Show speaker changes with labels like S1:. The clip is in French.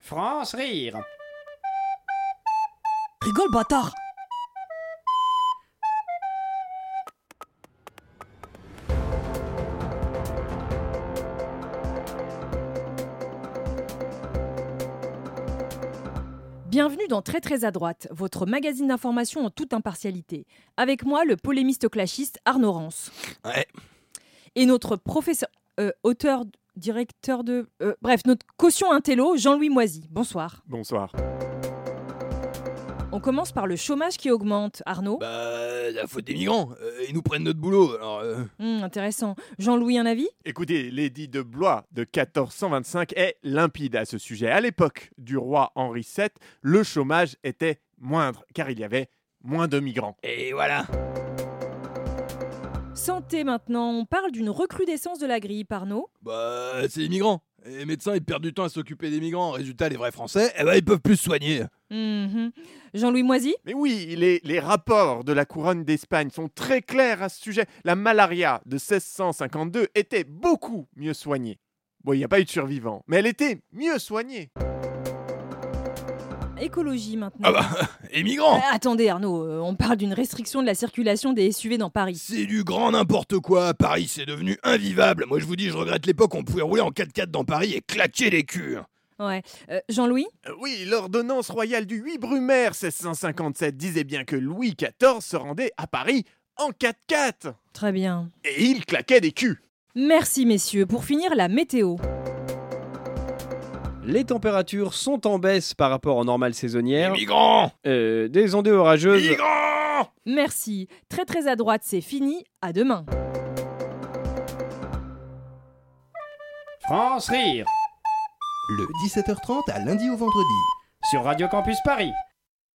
S1: France rire.
S2: Rigole, bâtard Bienvenue dans Très Très à droite, votre magazine d'information en toute impartialité. Avec moi, le polémiste clashiste Arnaud Rance.
S3: Ouais.
S2: Et notre professeur, euh, auteur, directeur de... euh, bref, notre caution intello, Jean-Louis Moisy. Bonsoir.
S4: Bonsoir.
S2: On commence par le chômage qui augmente, Arnaud.
S3: Bah, la faute des migrants. euh, ils nous prennent notre boulot. Alors, euh,
S2: Hum, intéressant. Jean-Louis, un avis
S4: Écoutez, l'édit de Blois de 1425 est limpide à ce sujet. À l'époque du roi Henri VII, le chômage était moindre car il y avait moins de migrants.
S3: et voilà.
S2: Santé maintenant, on parle d'une recrudescence de la grippe, Arnaud.
S3: Bah, c'est les migrants. Et les médecins, ils perdent du temps à s'occuper des migrants. Résultat, les vrais Français, eh ben, ils peuvent plus se soigner.
S2: Mhm. Jean-Louis Moisy
S4: Mais oui, les, les rapports de la couronne d'Espagne sont très clairs à ce sujet. La malaria de 1652 était beaucoup mieux soignée. Bon, il n'y a pas eu de survivants, mais elle était mieux soignée.
S2: Écologie maintenant.
S3: Ah bah, les migrants
S2: Euh, attendez, Arnaud, euh, on parle d'une restriction de la circulation des SUV dans Paris.
S3: C'est du grand n'importe quoi. Paris, c'est devenu invivable. Moi, je vous dis, je regrette l'époque où on pouvait rouler en 4x4 dans Paris et claquer les culs.
S2: Ouais. Euh, Jean-Louis
S4: Euh, Oui, l'ordonnance royale du 8 Brumaire 1657 disait bien que Louis XIV se rendait à Paris en 4x4.
S2: Très bien.
S4: Et il claquait des culs.
S2: Merci, messieurs. Pour finir, la météo.
S5: Les températures sont en baisse par rapport aux normales
S3: Les
S5: saisonnières.
S3: migrants
S5: Euh, des ondées orageuses.
S3: Migrants
S2: Merci. Très très à droite, c'est fini. À demain.
S1: France rire.
S6: Le 17h30 à lundi au vendredi.
S1: Sur Radio Campus Paris.